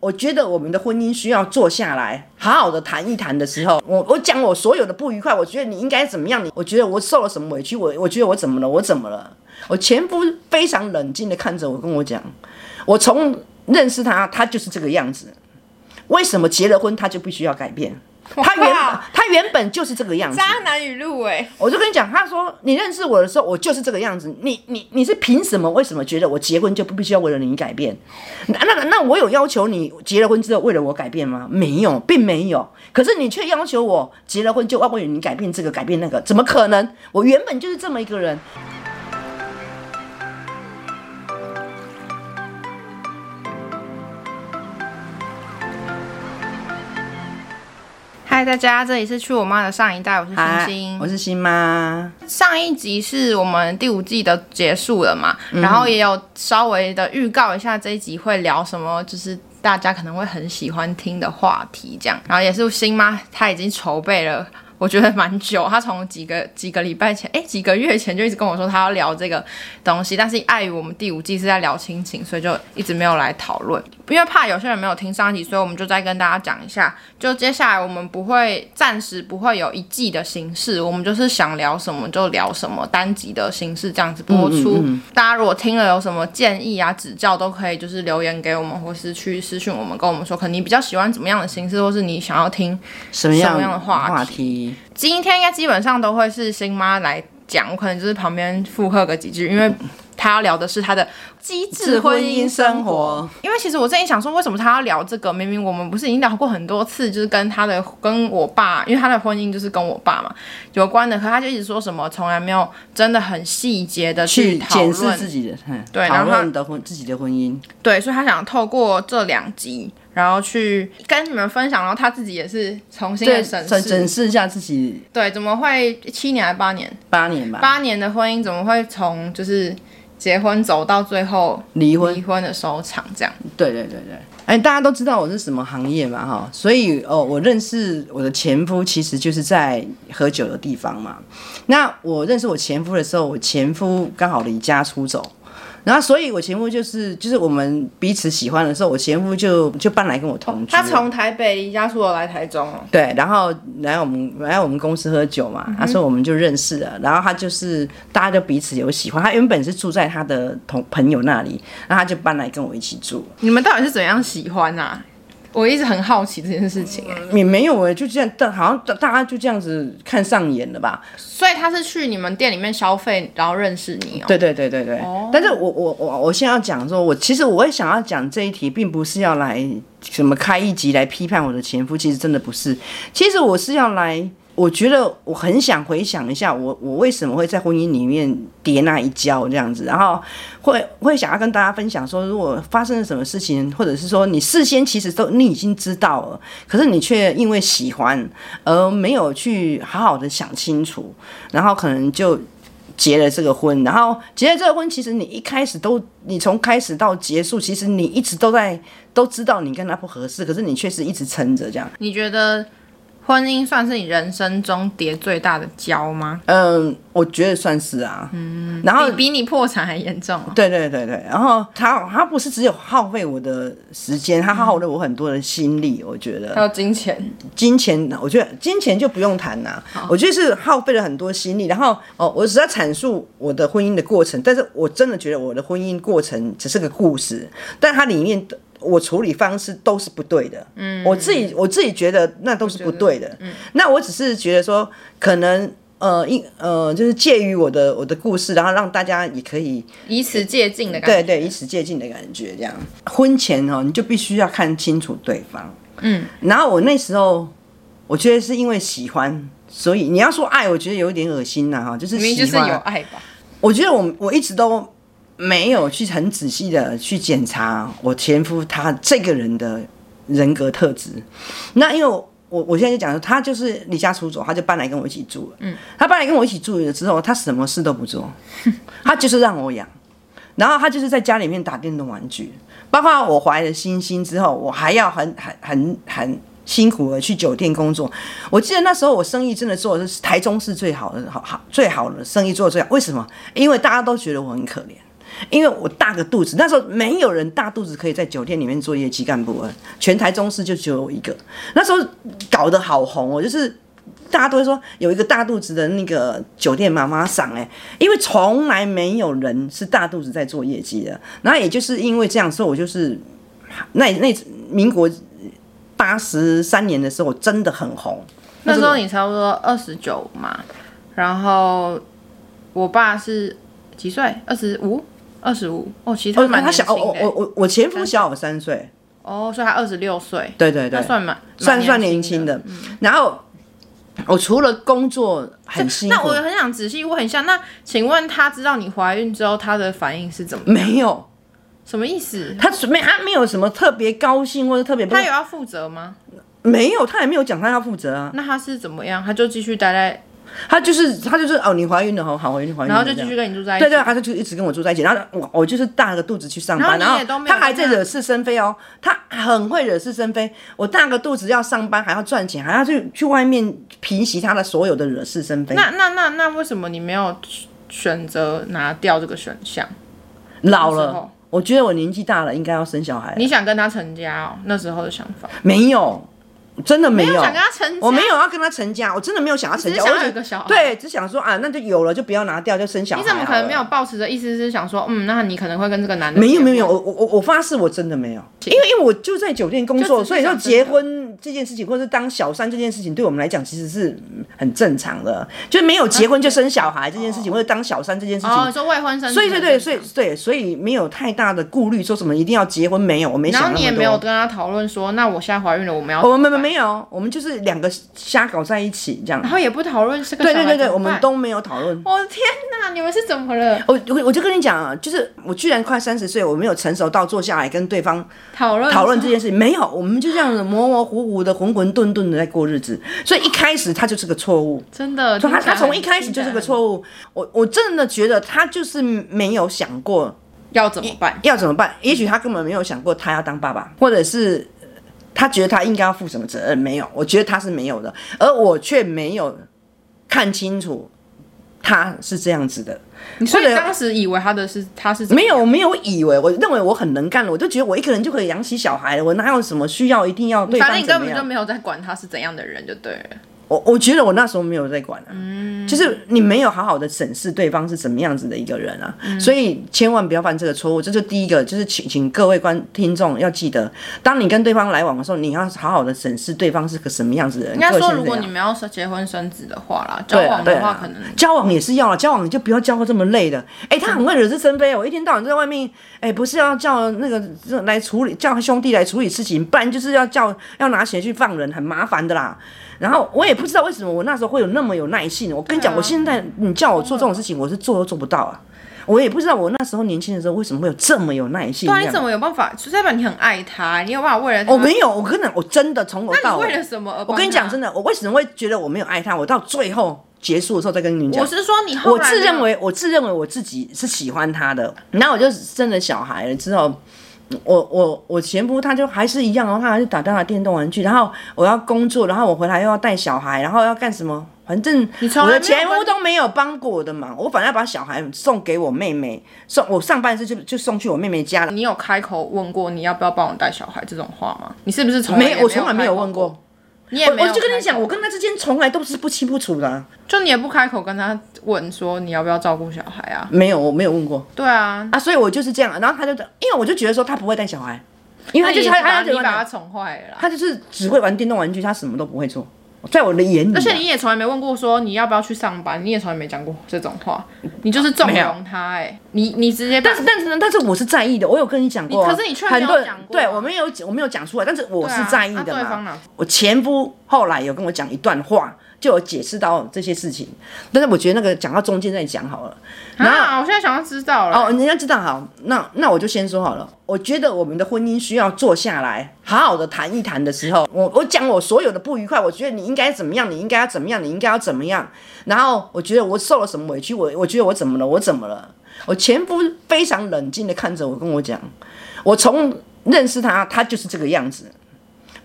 我觉得我们的婚姻需要坐下来好好的谈一谈的时候，我我讲我所有的不愉快，我觉得你应该怎么样？你我觉得我受了什么委屈？我我觉得我怎么了？我怎么了？我前夫非常冷静的看着我，跟我讲，我从认识他，他就是这个样子。为什么结了婚他就必须要改变？他原哇他原本就是这个样子。 渣男语录哎，我就跟你讲，他说你认识我的时候，我就是这个样子。你你你是凭什么？为什么觉得我结婚就不必须要为了你改变？那那那我有要求你结了婚之后为了我改变吗？没有，并没有。可是你却要求我结了婚就要为了你改变这个改变那个，怎么可能？我原本就是这么一个人。嗨大家，这里是去我妈的上一代，我是星星，啊我是新妈。上一集是我们第五季的结束了嘛，然后也有稍微的预告一下这一集会聊什么，就是大家可能会很喜欢听的话题这样。然后也是新妈她已经筹备了，我觉得蛮久，她从几个几个礼拜前，哎几个月前就一直跟我说她要聊这个东西，但是碍于我们第五季是在聊亲情，所以就一直没有来讨论。因为怕有些人没有听上一集，所以我们就再跟大家讲一下。就接下来我们不会暂时不会有一季的形式，我们就是想聊什么就聊什么，单集的形式这样子播出。大家如果听了有什么建议啊、指教，都可以就是留言给我们，或是去私讯我们，跟我们说，可能你比较喜欢怎么样的形式，或是你想要听什么样什么样的话题题？今天应该基本上都会是新妈来讲，我可能就是旁边附和个几句，因为她要聊的是她的机智婚姻生活。因为其实我之前想说，为什么她要聊这个？明明我们不是已经聊过很多次，就是跟她的跟我爸，因为她的婚姻就是跟我爸嘛有关的，可她就一直说什么从来没有真的很细节的去讨检视论自己的，嗯对然讨后他论的婚自己的婚姻。对，所以他想透过这两集，然后去跟你们分享，然后他自己也是重新的审审审视，视一下自己对，怎么会七年还是八年？八年吧，八年的婚姻怎么会从就是结婚走到最后离婚离婚的收场这样？对对对对，哎，大家都知道我是什么行业嘛，哈，所以哦，我认识我的前夫其实就是在喝酒的地方嘛。那我认识我前夫的时候，我前夫刚好离家出走，然后所以我前夫就是就是我们彼此喜欢的时候，我前夫就就搬来跟我同居了、哦他从台北离家出走来台中哦，对，然后来我们来我们公司喝酒嗯嘛，他说我们就认识了，然后他就是大家就彼此有喜欢，他原本是住在他的同朋友那里，然后他就搬来跟我一起住。你们到底是怎样喜欢啊？我一直很好奇这件事情、欸，也没有哎、就这样，但好像大大家就这样子看上眼了吧？所以他是去你们店里面消费，然后认识你哦、对对对对对。但是我我我我现在要讲说，我其实我会想要讲这一题，并不是要来什么开一集来批判我的前夫，其实真的不是。其实我是要来，我觉得我很想回想一下我，我为什么会在婚姻里面跌那一跤这样子，然后会会想要跟大家分享说，如果发生了什么事情，或者是说你事先其实都你已经知道了，可是你却因为喜欢而没有去好好的想清楚，然后可能就结了这个婚，然后结了这个婚，其实你一开始都，你从开始到结束，其实你一直都在都知道你跟他不合适，可是你确实一直撑着这样。你觉得婚姻算是你人生中跌最大的跤吗？嗯，我觉得算是啊。嗯，然后比比你破产还严重、哦。对对对对，然后他他不是只有耗费我的时间，他耗了我很多的心力，我觉得。还有金钱，金钱，我觉得金钱就不用谈啦、我觉得是耗费了很多心力。然后哦，我只是在阐述我的婚姻的过程，但是我真的觉得我的婚姻过程只是个故事，但它里面的我处理方式都是不对的。嗯，我自己我自己觉得那都是不对的。嗯，那我只是觉得说，可能呃一呃，就是介于我的我的故事，然后让大家也可以以此借镜的感对觉。对，以此借镜的感觉，这样婚前哦，你就必须要看清楚对方。嗯，然后我那时候我觉得是因为喜欢，所以你要说爱，我觉得有点恶心呐、哈，就是明明就喜是欢。有爱吧。我觉得我我一直都没有去很仔细的去检查我前夫他这个人的人格特质。那因为我我我现在就讲说，他就是离家出走，他就搬来跟我一起住了。嗯，他搬来跟我一起住了之后，他什么事都不做，他就是让我养，然后他就是在家里面打电动玩具，包括我怀了星星之后，我还要很很很很。辛苦的去酒店工作，我记得那时候我生意真的做的是台中市最好的，好好最好的生意做的最好。为什么？因为大家都觉得我很可怜，因为我大个肚子，那时候没有人大肚子可以在酒店里面做业绩干部啊，全台中市就只有我一个。那时候搞得好红哦，就是大家都会说有一个大肚子的那个酒店妈妈赏哎，因为从来没有人是大肚子在做业绩的。然后也就是因为这样，所以我就是那那民国八十三年的时候，我真的很红。那时候你差不多二十九嘛，然后我爸是几岁？二十五，二十五。哦，其实哦，蛮他年小轻哦我的我我我前夫小我三岁，哦，所以他二十六岁，对对那对，算蛮算算蛮年年轻的。嗯的。然后我除了工作很辛那苦我，很想仔细问一下，那请问他知道你怀孕之后，他的反应是怎么？没有什么意思？他没他没有什么特别高兴或者特别不他有要负责吗？没有他也没有讲他要负责啊，那他是怎么样？他就继续待在，他就是他就是哦你怀孕了好好怀孕怀孕了，然后就这继样续跟你住在一起。对对，他就就一直跟我住在一起，然后我我就是大个肚子去上班，然然后后你也都没有他还在跟他惹是生非哦，他很会惹是生非。我大个肚子要上班，还要赚钱，还要去去外面平息他的所有的惹是生非。那那那那为什么你没有选择拿掉这个选项？老那时了候，我觉得我年纪大了，应该要生小孩了。你想跟他成家哦？那时候的想法，没有，真的没有，想跟他成家，我没有要跟他成家，我真的没有想要成只是家，想我要有只一个小孩。，对，只想说啊，那就有了，就不要拿掉，就生小孩。你怎么可能没有？抱持着意思是想说，嗯，那你可能会跟这个男的没有没有没结有，婚，我我我我发誓，我真的没有，因为因为我就在酒店工作，就只所是以说想结婚这件事情，或者是当小三这件事情，对我们来讲其实是嗯很正常的，就是没有结婚就生小孩这件事情，或者当小三这件事哦，情，你说未婚生子，所以对对，所以对，所以没有太大的顾虑，说什么一定要结婚没有，我没想然那后么你也多没有跟他讨论说，那我现在怀孕了，我们要我们怎么办没没有，我们就是两个瞎搞在一起这样。然后也不讨论这个对小对孩对对，怎么我们办都没有讨论。我的天哪，你们是怎么了？我我我就跟你讲啊，就是我居然快三十岁，我没有成熟到坐下来跟对方讨论讨论这件事情，没有，我们就这样子模模糊糊的、浑浑沌沌的在过日子。所以一开始他就是个错误，真的，他听起来他从很一开始就是个听起来很错误。我我真的觉得他就是没有想过要怎么办？要怎么办？也许他根本没有想过他要当爸爸，或者是呃他觉得他应该要负什么责任，没有。我觉得他是没有的，而我却没有看清楚他是这样子的。你所以或者当时以为他的是他是怎么没有，样我没有以为，我认为我很能干了，我就觉得我一个人就可以养起小孩了，我哪有什么需要一定要对反方正你怎根么本就样？没有在管他是怎样的人，就对了。我我觉得我那时候没有在管啊，嗯就是你没有好好的审视对方是怎么样子的一个人啊，嗯所以千万不要犯这个错误。这就第一个，就是请请各位观听众要记得，当你跟对方来往的时候，你要好好的审视对方是个什么样子的人。应该个性说，是如果怎你样们要是结婚生子的话啦，交对啊往对的话啊可能交往也是要啊了，交往你就不要交到这么累的。哎、他很会惹是生非，我一天到晚在外面，哎、不是要叫那个这来处理，叫兄弟来处理事情，不然就是要叫要拿钱去放人，很麻烦的啦。然后我也不知道为什么我那时候会有那么有耐性。哦我跟你讲，嗯我现在你叫我做这种事情，我是做都做不到啊。我也不知道我那时候年轻的时候为什么会有这么有耐性对这啊，你样。怎么有办法？就代表你很爱他，你有办法为了他？我、没有，我跟你讲，我真的从头那到你为了尾，什么而帮他？我跟你讲真的，我为什么会觉得我没有爱他？我到最后结束的时候再跟你讲。我是说你后我来自认没有为我自认为我自己是喜欢他的，然后我就生了小孩了之后，我我我前夫他就还是一样哦，他还是打他的电动玩具，然后我要工作，然后我回来又要带小孩，然后要干什么？反正你从来我没有的前夫跟都没有帮过我的忙，我反而要把小孩送给我妹妹，送我上半次就就送去我妹妹家了。你有开口问过你要不要帮我带小孩这种话吗？你是不是从来没也有，我从来没有开口问过，，你也我没有我就跟开你讲，口我跟他之间从来都是不清不楚的啊、就你也不开口跟他问说你要不要照顾小孩啊？没有，我没有问过。对啊，啊，所以我就是这样。然后他就，因为我就觉得说他不会带小孩，因为他那就是你他也把他你就把他宠坏了啦。他就是只会玩电动玩具，他什么都不会做。在我的眼里啊、而且你也从来没问过说你要不要去上班，你也从来没讲过这种话，你就是纵没有容他哎、你你直接把但是但是呢，但是我是在意的，我有跟你讲过啊、你可是你却没有很多人讲过啊对我没有我没有讲出来，但是我对是啊在意啊的对嘛。方呢？我前夫后来有跟我讲一段话，就有解释到这些事情，但是我觉得那个讲到中间再讲好了。然后啊，我现在想要知道了。哦，人家知道好，那那我就先说好了。我觉得我们的婚姻需要坐下来好好的谈一谈的时候，我我讲我所有的不愉快，我觉得你应该怎么样，你应该要怎么样，你应该要怎么样。然后我觉得我受了什么委屈，我我觉得我怎么了，我怎么了？我前夫非常冷静的看着我，跟我讲，我从认识他，他就是这个样子。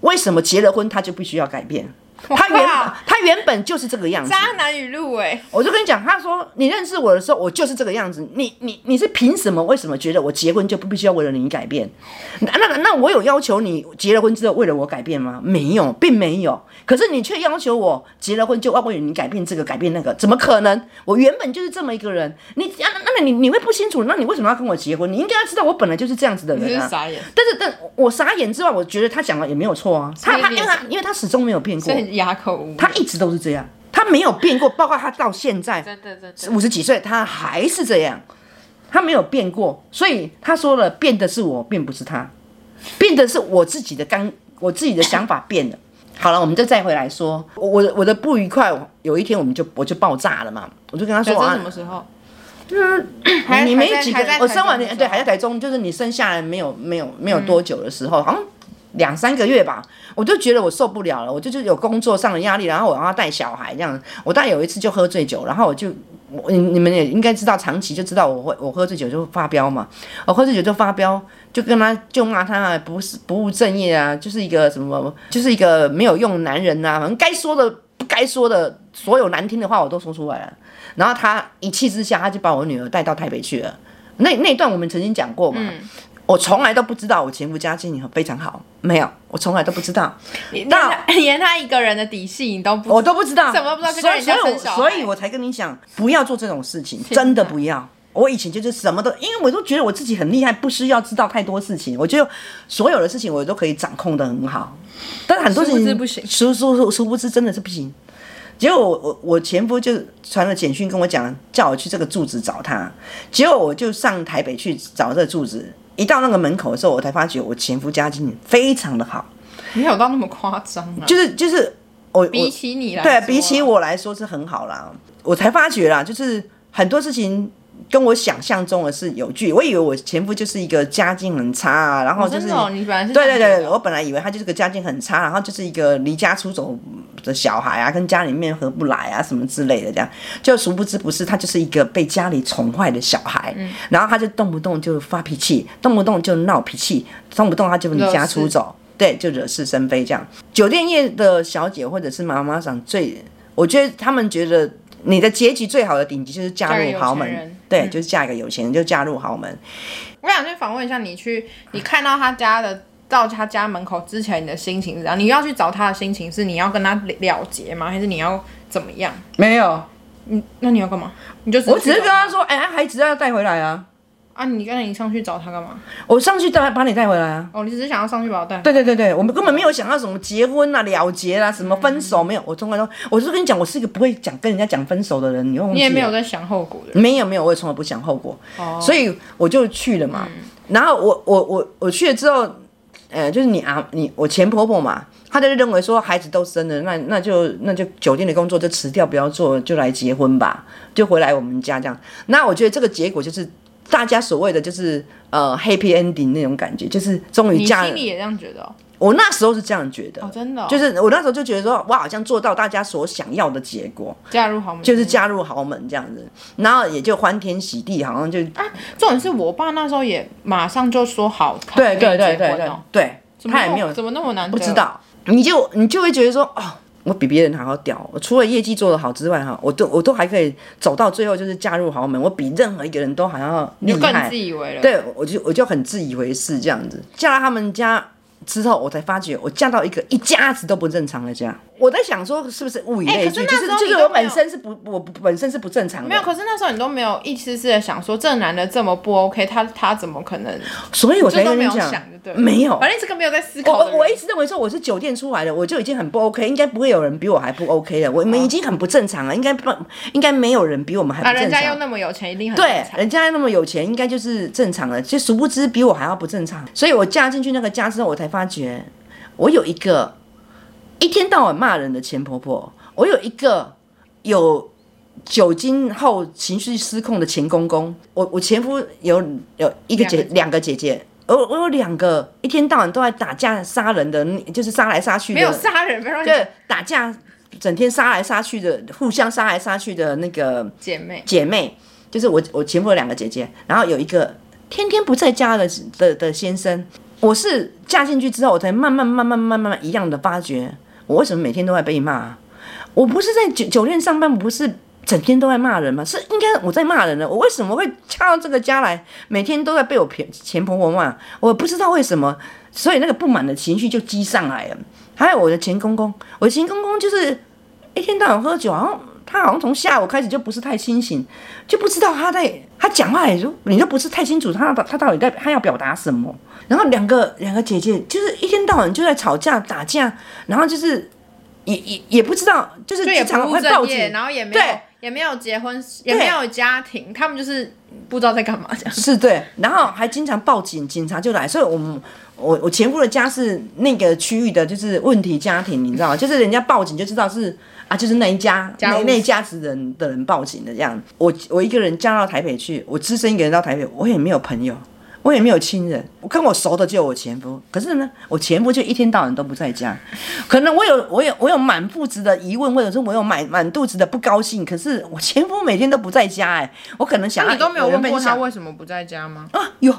为什么结了婚他就必须要改变？他原哇他原本就是这个样子。 渣男语录哎，我就跟你讲，他说你认识我的时候，我就是这个样子。你你你是凭什么？为什么觉得我结婚就不必须要为了你改变？那那那我有要求你结了婚之后为了我改变吗？没有，并没有。可是你却要求我结了婚就要为了你改变这个改变那个，怎么可能？我原本就是这么一个人。你啊，那那你你会不清楚？那你为什么要跟我结婚？你应该要知道我本来就是这样子的人啊。傻眼，但是，但我傻眼之外，我觉得他讲的也没有错啊。他以他你因为他因为他始终没有变过，很哑口无言。他一直都是这样，他没有变过，包括他到现在真的真的，五十几岁，他还是这样，他没有变过。所以他说了，变的是我，并不是他，变的是我自己的刚，我自己的想法变了。好了，我们就再回来说，我我的我的不愉快，有一天我们就我就爆炸了嘛，我就跟他这说是啊什，么时候？ 还你你没几个哦还在，我生完台中的对时候嗯还在台中，就是你生下来没有没有没有多久的时候，好像两三个月吧，我就觉得我受不了了，我就就有工作上的压力，然后我要带小孩这样，我大概有一次就喝醉酒，然后我就。我你你们也应该知道，长期就知道我会我喝醉酒就发飙嘛，我喝醉酒就发飙，就跟他就骂他啊，不是不务正业啊，就是一个什么，就是一个没有用的男人呐、啊，反正该说的不该说的，所有难听的话我都说出来了。然后他一气之下，他就把我女儿带到台北去了。那那一段我们曾经讲过嘛，我从来都不知道我前夫家境非常好，没有，我从来都不知道， 你连他连他一个人的底细你都不我都不知道，怎么不知道就所跟以所人以家我生小孩所以我才跟你讲，不要做这种事情，真的不要。我以前就是什么都，因为我都觉得我自己很厉害，不需要知道太多事情，我就所有的事情我都可以掌控的很好。但是很多事殊情不知不行殊殊殊殊不知真的是不行。结果我我我前夫就传了简讯跟我讲，叫我去这个住址找他。结果我就上台北去找这个住址，一到那个门口的时候，我才发觉我前夫家境非常的好，没有到那么夸张啊。就是就是我我比起你来，啊对，比起，我来说是很好啦。我才发觉啦，就是很多事情跟我想象中的是有距离。我以为我前夫就是一个家境很差啊，然后哦，就真是、的哦，你本来是对对这样觉对，得我本来以为他就是个家境很差，然后就是一个离家出走的小孩啊，跟家里面合不来啊，什么之类的这样。就殊不知不是，他就是一个被家里宠坏的小孩，然后他就动不动就发脾气，动不动就闹脾气，动不动他就离家出走，对，就惹是生非这样。酒店业的小姐或者是妈妈桑最，我觉得他们觉得你的结局最好的顶级就是嫁嫁入个豪有钱门人，对，就是嫁一个有钱人，就嫁入豪门。我想去访问一下你去，你看到他家的到他家门口之前，你的心情是怎样？你要去找他的心情是你要跟他了结吗？还是你要怎么样？没有，嗯，那你要干嘛？你就我只是去跟找他说，哎、孩子要带回来啊。啊，你跟你上去找他干嘛？我上去带把你带回来啊！哦，你只是想要上去把我带回来。对对对对，我们根本没有想到什么结婚啊、了结啊、什么分手没有。我从来都，我就跟你讲，我是一个不会讲跟人家讲分手的人，你又忘记啊你也没了有在想后果的。没有没有，我也从来不想后果，哦所以我就去了嘛。嗯然后我我我我去了之后，呃，就是你啊，你我前婆婆嘛，她就认为说孩子都生了，那那就那就酒店的工作就辞掉，不要做，就来结婚吧，就回来我们家这样。那我觉得这个结果就是大家所谓的就是呃 happy ending 那种感觉，就是终于你嫁了心。里也这样觉得哦？我那时候是这样觉得。哦真的哦就是我那时候就觉得说，我好像做到大家所想要的结果，嫁入豪门就是嫁入豪门这样子，然后也就欢天喜地，好像就啊重点是我爸那时候也马上就说好，他对跟对你对结对婚对哦对，他也没有怎么那么难得？不知道，你就你就会觉得说，哦，我比别人还要屌，我除了业绩做得好之外，哈，我都我都还可以走到最后，就是嫁入豪门，我比任何一个人都还要你厉就更害自。以为了。对，我就我就很自以为是这样子。嫁到他们家之后，我才发觉我嫁到一个一家子都不正常的家。我在想说，是不是物以哎类可是聚？那就是时候就你是都我没本有身是不我本身是不正常的，没有，可是那时候你都没有一丝丝的想说，这男的这么不 OK，他他怎么可能？所以我才就跟都没你有讲想，就对了没有反。正这个没有在思考的我人。我一直认为说我是酒店出来的，我就已经很不 OK，应该不会有人比我还不 OK 了。我们已经很不正常了，应该不应该没有人比我们还哦啊，不人正家又常。那么有钱，一定很对正，常人家那么有钱，应该就是正常的，就殊不知比我还要不正常。所以我嫁进去那个家之后，我才发觉我有一个一天到晚骂人的前婆婆，我有一个有酒精后情绪失控的前公公，我我前夫有有一个姐两个姐姐。我我有两个一天到晚都在打架杀人的，就是杀来杀去的，没有杀人，没有对打架，整天杀来杀去的，互相杀来杀去的那个姐妹，姐妹，就是我我前夫有两个姐姐，然后有一个天天不在家的的的先生。我是嫁进去之后，我才慢慢慢慢慢慢慢一样的发觉，我为什么每天都在被骂？我不是在酒酒店上班，我不是整天都在骂人吗？是应该我在骂人呢。我为什么会嫁到这个家来，每天都在被我前前婆婆骂？我不知道为什么，所以那个不满的情绪就激上来了。还有我的前公公，我的前公公就是一天到晚喝酒，好像他好像从下午开始就不是太清醒，就不知道他在他讲话也就你都不是太清楚他他到底在他要表达什么。然后两个两个姐姐就是一天到晚就在吵架打架，然后就是也也也不知道，就是就也经不常务会报正业，警，然后也没有对也没有结婚，也没有家庭，他们就是不知道在 干嘛这样。是对，然后还经常报警，警察就来。所以我们我我前夫的家是那个区域的，就是问题家庭，你知道吗？就是人家报警就知道是啊，就是那一家家那务那一家子人的人报警的这样。我我一个人嫁到台北去，我只身一个人到台北，我也没有朋友。我也没有亲人，我跟我熟的就有我前夫，可是呢，我前夫就一天到晚都不在家。可能我有我有我有满肚子的疑问，或者是我有满满肚子的不高兴，可是我前夫每天都不在家、哎，我可能想那你都没有人问过分他享为什么不在家吗？啊，有，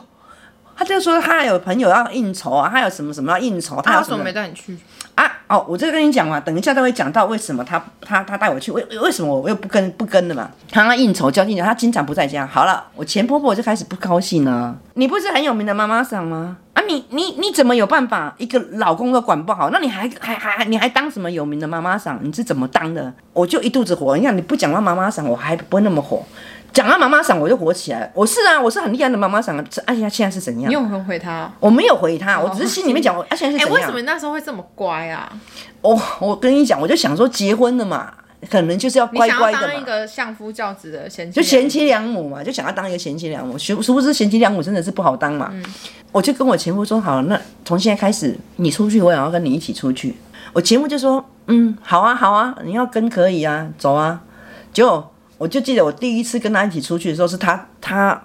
他就说他有朋友要应酬啊，他有什么什么要应酬，他他有为什什么么没带你去？啊？哦，我这个跟你讲嘛，等一下都会讲到为什么他他他带我去，为为什么我又不跟不跟了嘛？他要应酬交际，他经常不在家。好了，我前婆婆就开始不高兴了。你不是很有名的妈妈桑吗？啊你，你你怎么有办法？一个老公都管不好，那你还还还你还当什么有名的妈妈桑？你是怎么当的？我就一肚子火。你看你不讲到妈妈桑，我还不会那么火。讲到妈妈桑，我就火起来了。我是啊，我是很厉害的妈妈桑啊。这哎呀，现在是怎样你？有没有回他？我没有回他，我只是心里面讲，我啊，现在是哎、怎样？为什么你那时候会这么乖啊？哦，我跟你讲，我就想说结婚了嘛，可能就是要你乖想乖要的当一嘛，个相夫教子的贤妻，就贤妻良母嘛，就想要当一个贤妻良母。殊殊不知贤妻良母真的是不好当嘛。嗯我就跟我前夫说，好了，那从现在开始你出去，我也要跟你一起出去。我前夫就说，嗯，好啊，好啊，你要跟可以啊，走啊。结果我就记得我第一次跟他一起出去的时候，是他他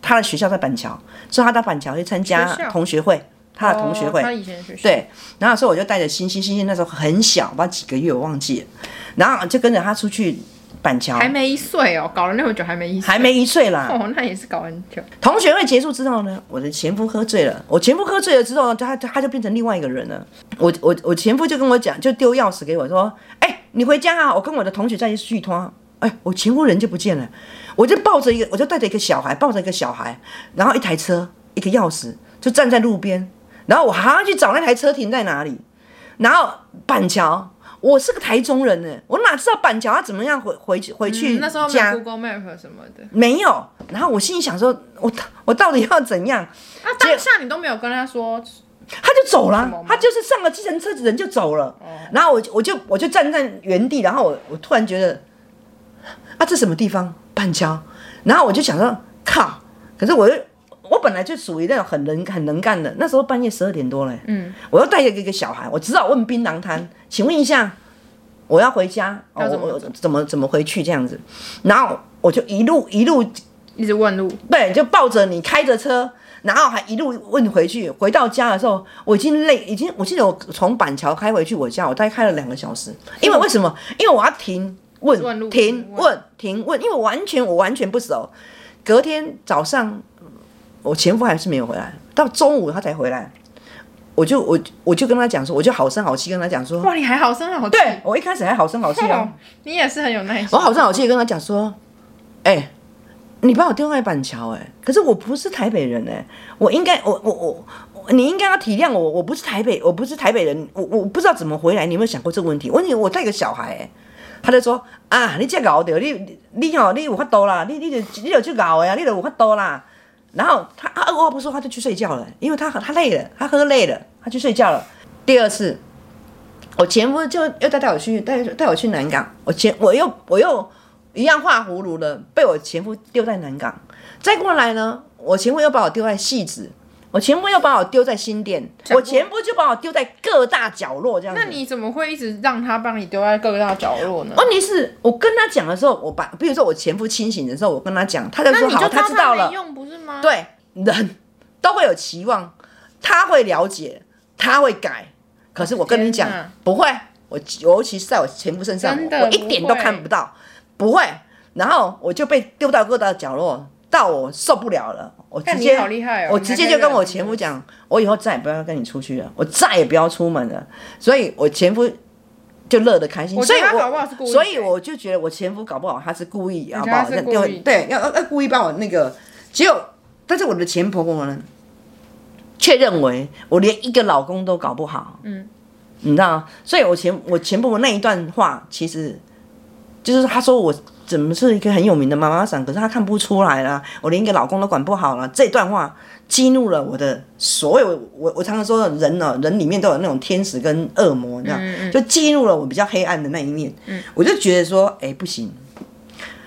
他的学校在板桥，所以他到板桥去参加学校同学会，他的同学会。哦他以前的学校，对，然后所以我就带着星星，星星那时候很小，不知道几个月，我忘记了，然后就跟着他出去板桥，还没一岁哦，搞了那么久还没一岁，还没一岁啦。哦，那也是搞很久。同学会结束之后呢，我的前夫喝醉了，我前夫喝醉了之后呢，他他就变成另外一个人了。我我我前夫就跟我讲，就丢钥匙给我说，哎、你回家啊，我跟我的同学在一起续团。哎、我前夫人就不见了，我就抱着一个，我就带着一个小孩，抱着一个小孩，然后一台车，一个钥匙，就站在路边，然后我还要去找那台车停在哪里，然后板桥。我是个台中人呢，我哪知道板桥要怎么样回回去回去、嗯那时候没家有 Google Map 什么的，没有。然后我心里想说，我我到底要怎样？啊，当下你都没有跟他说，他就走什了啊么吗，哦他就是上了计程车，人就走了。然后我就我就我就站在原地，然后我我突然觉得，啊，这什么地方？板桥。然后我就想说，靠！可是我又我本来就属于那种很能很能干的，那时候半夜十二点多了、嗯，我又带着一个小孩，我只好问槟榔摊，请问一下，我要回家，哦要怎么我我走怎么怎么回去这样子？然后我就一路一路一直问路，对，就抱着你开着车，然后还一路问回去。回到家的时候，我已经累，已经我记得我从板桥开回去我家，我大概开了两个小时。因为为什么？因为我要停问问路停问问停问，因为我完全我完全不熟。隔天早上，我前夫还是没有回来，到中午他才回来。我就我我就跟他讲说，我就好声好气跟他讲 说，哇，你还好生啊好气，对我一开始还好声好气哦，哦，你也是很有耐我心。好声好气地跟他讲说：“哎、你把我丢在板桥哎、可是我不是台北人哎、我应该我我我我，你应该要体谅我，我不是台北，我不是台北人，我我不知道怎么回来，你有没有想过这个问题？我你我带个小孩哎、他就说啊，你这搞的，你你你哦，你有法度啦，你你就你就去搞呀，你就有法度啦。然后他他二话不说，他就去睡觉了，因为他他累了，他喝累了，他去睡觉了。第二次，我前夫就又带带我去带带我去南港，我前我又我又一样画葫芦了，被我前夫丢在南港。再过来呢，我前夫又把我丢在戏子，我前夫又把我丢在新店，想不我前夫就把我丢在各大角落这样子。那你怎么会一直让他帮你丢在各大角落呢？问题是我跟他讲的时候，我把比如说我前夫清醒的时候，我跟他讲，他就那说你好，就他知道他了没。用不是吗？，对，啊人都会有期望，他会了解，他会改。可是我跟你讲天哪，不会。我尤其是在我前夫身上，真我的我一点都不会看不到，不会。然后我就被丢到各大角落，到我受不了了，我直但接你好厉害哦！我你直还接可以就跟忍我住前夫讲，我以后再也不要跟你出去了，我再也不要出门了。所以，我前夫就乐得开心。我觉所得以他搞不好是故我意的欸所以我就觉得我前夫搞不好他是故意，啊好不觉得哦他好？是要故意对，要要要故意帮我那个。结果，但是我的前婆婆呢，却认为我连一个老公都搞不好。嗯，你知道吗，所以我前我前婆婆那一段话，其实就是她说我怎么是一个很有名的妈妈桑，可是她看不出来啦，我连一个老公都管不好了。这段话激怒了我的所有我我常常说的人呢、人里面都有那种天使跟恶魔，你知道，嗯就激怒了我比较黑暗的那一面。我就觉得说，哎、不行，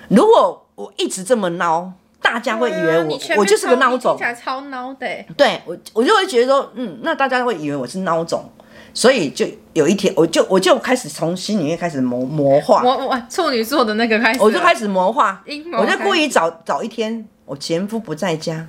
如果我一直这么孬，大家会以啊为我、我就是个孬种听起。来超孬的、欸。对我，我就会觉得说，嗯，那大家会以为我是孬种，所以就有一天，我就我就开始从心里面开始谋谋划，我我处女座的那个开始了，我就开始谋划，阴谋我开就始，故意找找一天，我前夫不在家，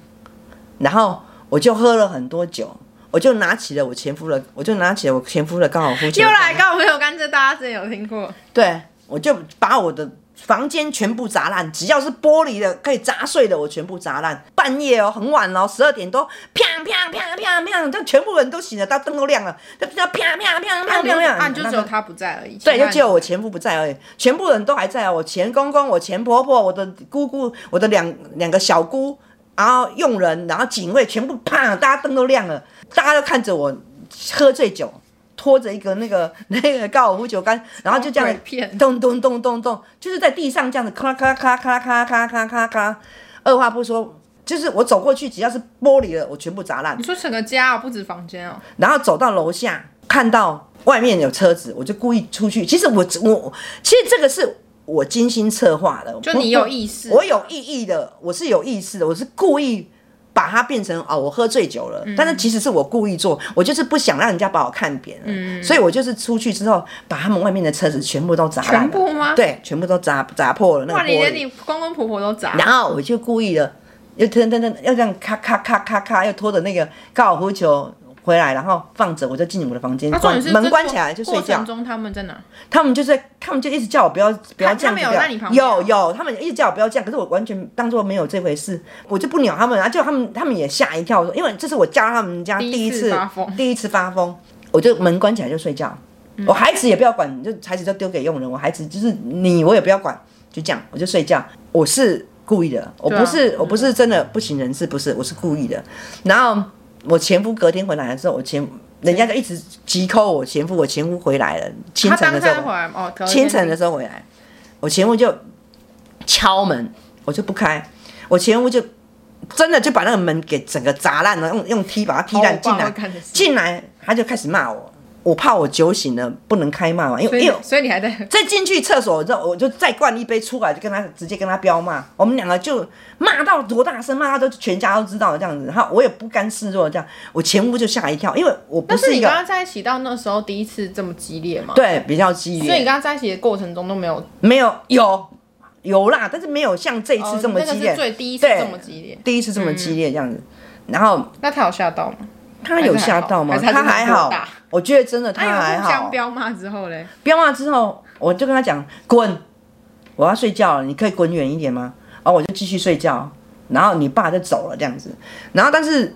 然后我就喝了很多酒，我就拿起了我前夫的，我就拿起了我前夫的高尔夫球又杆，来告朋友干，这大家之前有听过。对，我就把我的房间全部砸烂，只要是玻璃的可以砸碎的，我全部砸烂。半夜哦，很晚哦，十二点多，啪啪啪啪啪，这全部人都醒了，到灯都亮了，就啪啪啪啪啪啪，啊，就只有他不在而已。对，其他就人只有我前夫不在而已，全部人都还在啊。我前公公、我前婆婆、我的姑姑、我的两两个小姑，然后佣人，然后警卫，全部啪，大家灯都亮了，大家都看着我喝醉酒，拖着一个那个 那个高尔夫球杆，然后就这样鬼片咚咚咚咚咚，就是在地上这样子咔咔咔咔咔咔咔咔咔，二话不说。就是我走过去，只要是玻璃的，我全部砸烂你。说整个家哦，不止房间哦，然后走到楼下，看到外面有车子，我就故意出去。其实我我其实这个是我精心策划的，就你我有意识我有意义的，我是有意识的，我是故意。把它变成哦，我喝醉酒嗯了，但是其实是我故意做，我就是不想让人家把我看扁了，嗯所以我就是出去之后，把他们外面的车子全部都砸烂了，全部吗对，全部都砸砸破了那个哇，玻你璃连。你公公婆婆都砸，然后我就故意的，又噔噔噔，要这样咔咔咔咔咔，又拖着那个高尔夫球回来，然后放着，我就进我的房间，啊那重关点是门这关过起来就睡过觉程。中他们在哪？他们就是，他们就一直叫我不要不要他这样他们子，有不要在你旁边啊有吗有，他们一直叫我不要这样，可是我完全当做没有这回事，我就不鸟他们啊，就他们他们也吓一跳，因为这是我叫他们家第一第一次次发疯嗯第一次发疯，我就门关起来就睡觉，我孩子也不要管，就孩子就丢给佣人，我孩子就是你我也不要管，就这样我就睡觉，我是故意的，我对啊不是、我不是真的不省人事，不是我是故意的，然后我前夫隔天回来的时候，我前。人家就一直急扣我前夫，我前夫回来了，清他晨当的时候天回来吗哦，隔清天晨的时候回来，我前夫就敲门，我就不开，我前夫就真的就把那个门给整个砸烂了，用用踢把它踢哦烂我进爸来会看得，见进来他就开始骂我，我怕我酒醒了不能开骂嘛，因所为因以为所以你还 在再进去厕所，我就我就再灌一杯出来，就跟他直接跟他彪骂，我们两个就骂到多大声，骂到都全家都知道这样子，然后我也不甘示弱这样，我前夫就吓一跳，因为我不但是是一你个跟他在一起到那时候第一次这么激烈吗？，对比较激烈，所以你跟他在一起的过程中都没有没有，有有啦，但是没有像这一哦次这么那个激烈，是最第一次对这么激烈，第一次这么激烈这样子。然后那他有吓到吗？他有吓到吗？还是还好还还是他好真的很，我觉得真的他哎他还有互相好。彪骂之后嘞，彪骂之后，我就跟他讲滚，我要睡觉了，你可以滚远一点吗？然后我就继续睡觉，然后你爸就走了这样子。然后但是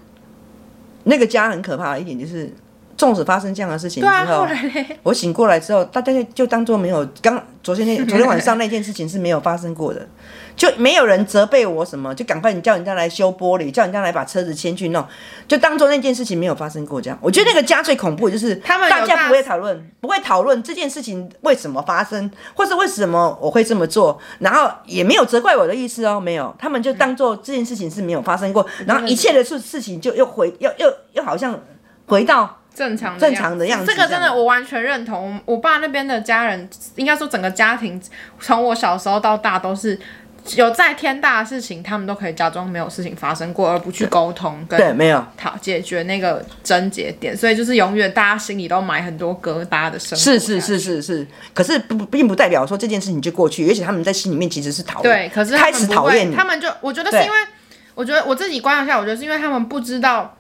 那个家很可怕的一点就是，纵使发生这样的事情对之啊，后后，来嘞，我醒过来之后，大家就就当做没有刚昨天那昨天晚上那件事情是没有发生过的，就没有人责备我什么，就赶快你叫人家来修玻璃，叫人家来把车子牵去弄，就当做那件事情没有发生过这样。我觉得那个家最恐怖的就是他们有大家大不会讨论，不会讨论这件事情为什么发生，或是为什么我会这么做，然后也没有责怪我的意思哦，没有，他们就当做这件事情是没有发生过，嗯然后一切的事事情就又回又又又好像回到正常的正常的样子这个真这样的我完全认同。我爸那边的家人，应该说整个家庭，从我小时候到大都是有再天大的事情，他们都可以假装没有事情发生过，而不去沟通对跟没有。讨解决那个症结点。所以就是永远大家心里都埋很多疙瘩的生活。是是。是是是，可是不并不代表说这件事情就过去，而且他们在心里面其实是讨对，厌，可是他开们始不讨会厌你他，们就我觉得是对因为，我觉得我自己观察一下，我觉得是因为他们不知道，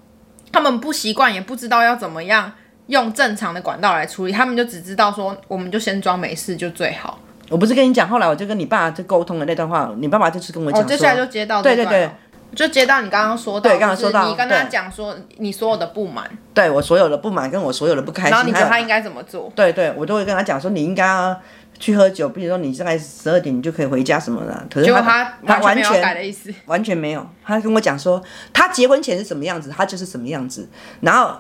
他们不习惯，也不知道要怎么样用正常的管道来处理，他们就只知道说，我们就先装没事就最好。我不是跟你讲，后来我就跟你爸就沟通了那段话，你爸爸就是跟我哦，讲接说，下来就接到对这对段对了，就接到你刚刚说到，对刚刚就是说到你跟他对讲说你所有的不满，对我所有的不满跟我所有的不开心，然后你觉得还他有应该怎么做？对对，我都会跟他讲说，你应该要去喝酒，比如说你大概十二点你就可以回家什么的。可是结果他他他完完全没有改全的意思， 完全没有，他跟我讲说，他结婚前是什么样子，他就是什么样子。然后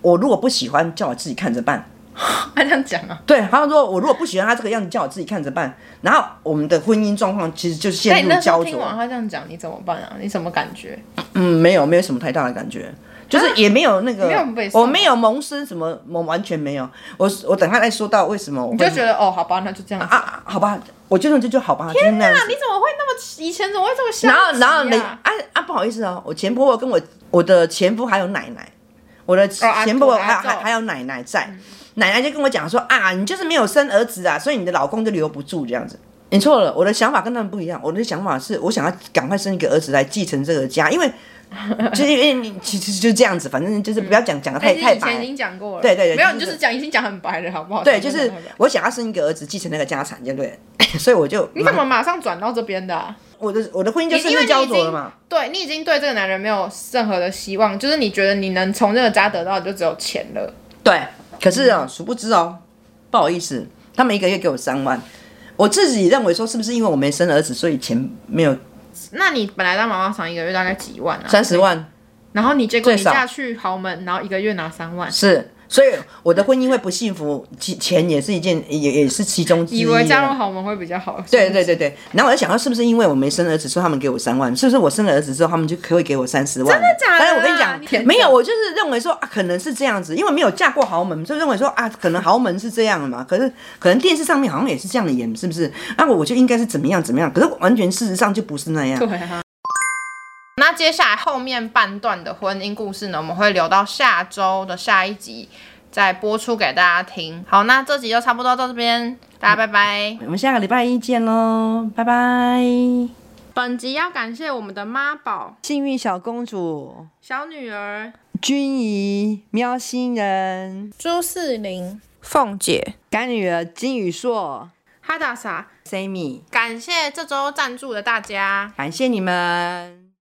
我如果不喜欢，叫我自己看着办。他这样讲啊？对，他说我如果不喜欢他这个样子，叫我自己看着办。然后我们的婚姻状况其实就是那陷你入哎那时焦候听完灼。他这样讲，你怎么办啊？你什么感觉？嗯，没有，没有什么太大的感觉，就是也没有那个，啊没有被我伤没有萌生什么，我完全没有。我我等下再说到为什么我你就会觉得哦，好吧，那就这样子。啊，好吧，我就用这就好吧，就是那样子啊你怎么会那么以前怎么会这么消然极、后，然啊？后人啊啊，不好意思哦，我前婆婆跟我我的前夫还有奶奶，我的哦阿前婆婆公还有阿还祖嗯还有奶奶在，奶奶就跟我讲说啊，你就是没有生儿子啊，所以你的老公就留不住这样子。你错了，我的想法跟他们不一样，我的想法是我想要赶快生一个儿子来继承这个家， 因为就是因为你其实就这样子，反正就是不要讲讲的太嗯太但是以前已白。经讲过了，对对对没有，就你是就是讲已经讲很白了，好不好？对，就讲得是很白我想要生一个儿子继承那个家产，就对 了，所以我就你怎么马上转到这边的啊、我的我的婚姻就你是因为你焦已灼了嘛经？对你已经对这个男人没有任何的希望，就是你觉得你能从这个家得到的就只有钱了。对，可是啊、殊不知哦，不好意思，他们一个月给我三万，我自己认为说是不是因为我没生儿子，所以钱没有那你本来当妈妈桑一个月大概几万啊？三十万然后你结果最你少嫁去豪门，然后一个月拿三万，是，所以我的婚姻会不幸福，其钱也是一件也也是其中之一以啊。为加入豪门会比较好。对对对对，然后我就想到是不是因为我没生儿子，所以他们给我三万？是不是我生了儿子之后，他们就可以给我三十万？真的假的啊但是我跟你你天讲，真没有，我就是认为说啊，可能是这样子，因为没有嫁过豪门，就认为说啊，可能豪门是这样的嘛。可是可能电视上面好像也是这样的演，是不是？那、我我就应该是怎么样怎么样？可是完全事实上就不是那样。 对啊。那接下来后面半段的婚姻故事呢，我们会留到下周的下一集再播出给大家听。好，那这集就差不多到这边，大家拜拜。我们下个礼拜一见喽，拜拜！本集要感谢我们的妈宝、幸运小公主、小女儿君怡、喵星人、朱四零、凤姐、干女儿金宇硕、哈达莎， Sammy，感谢这周赞助的大家。感谢你们。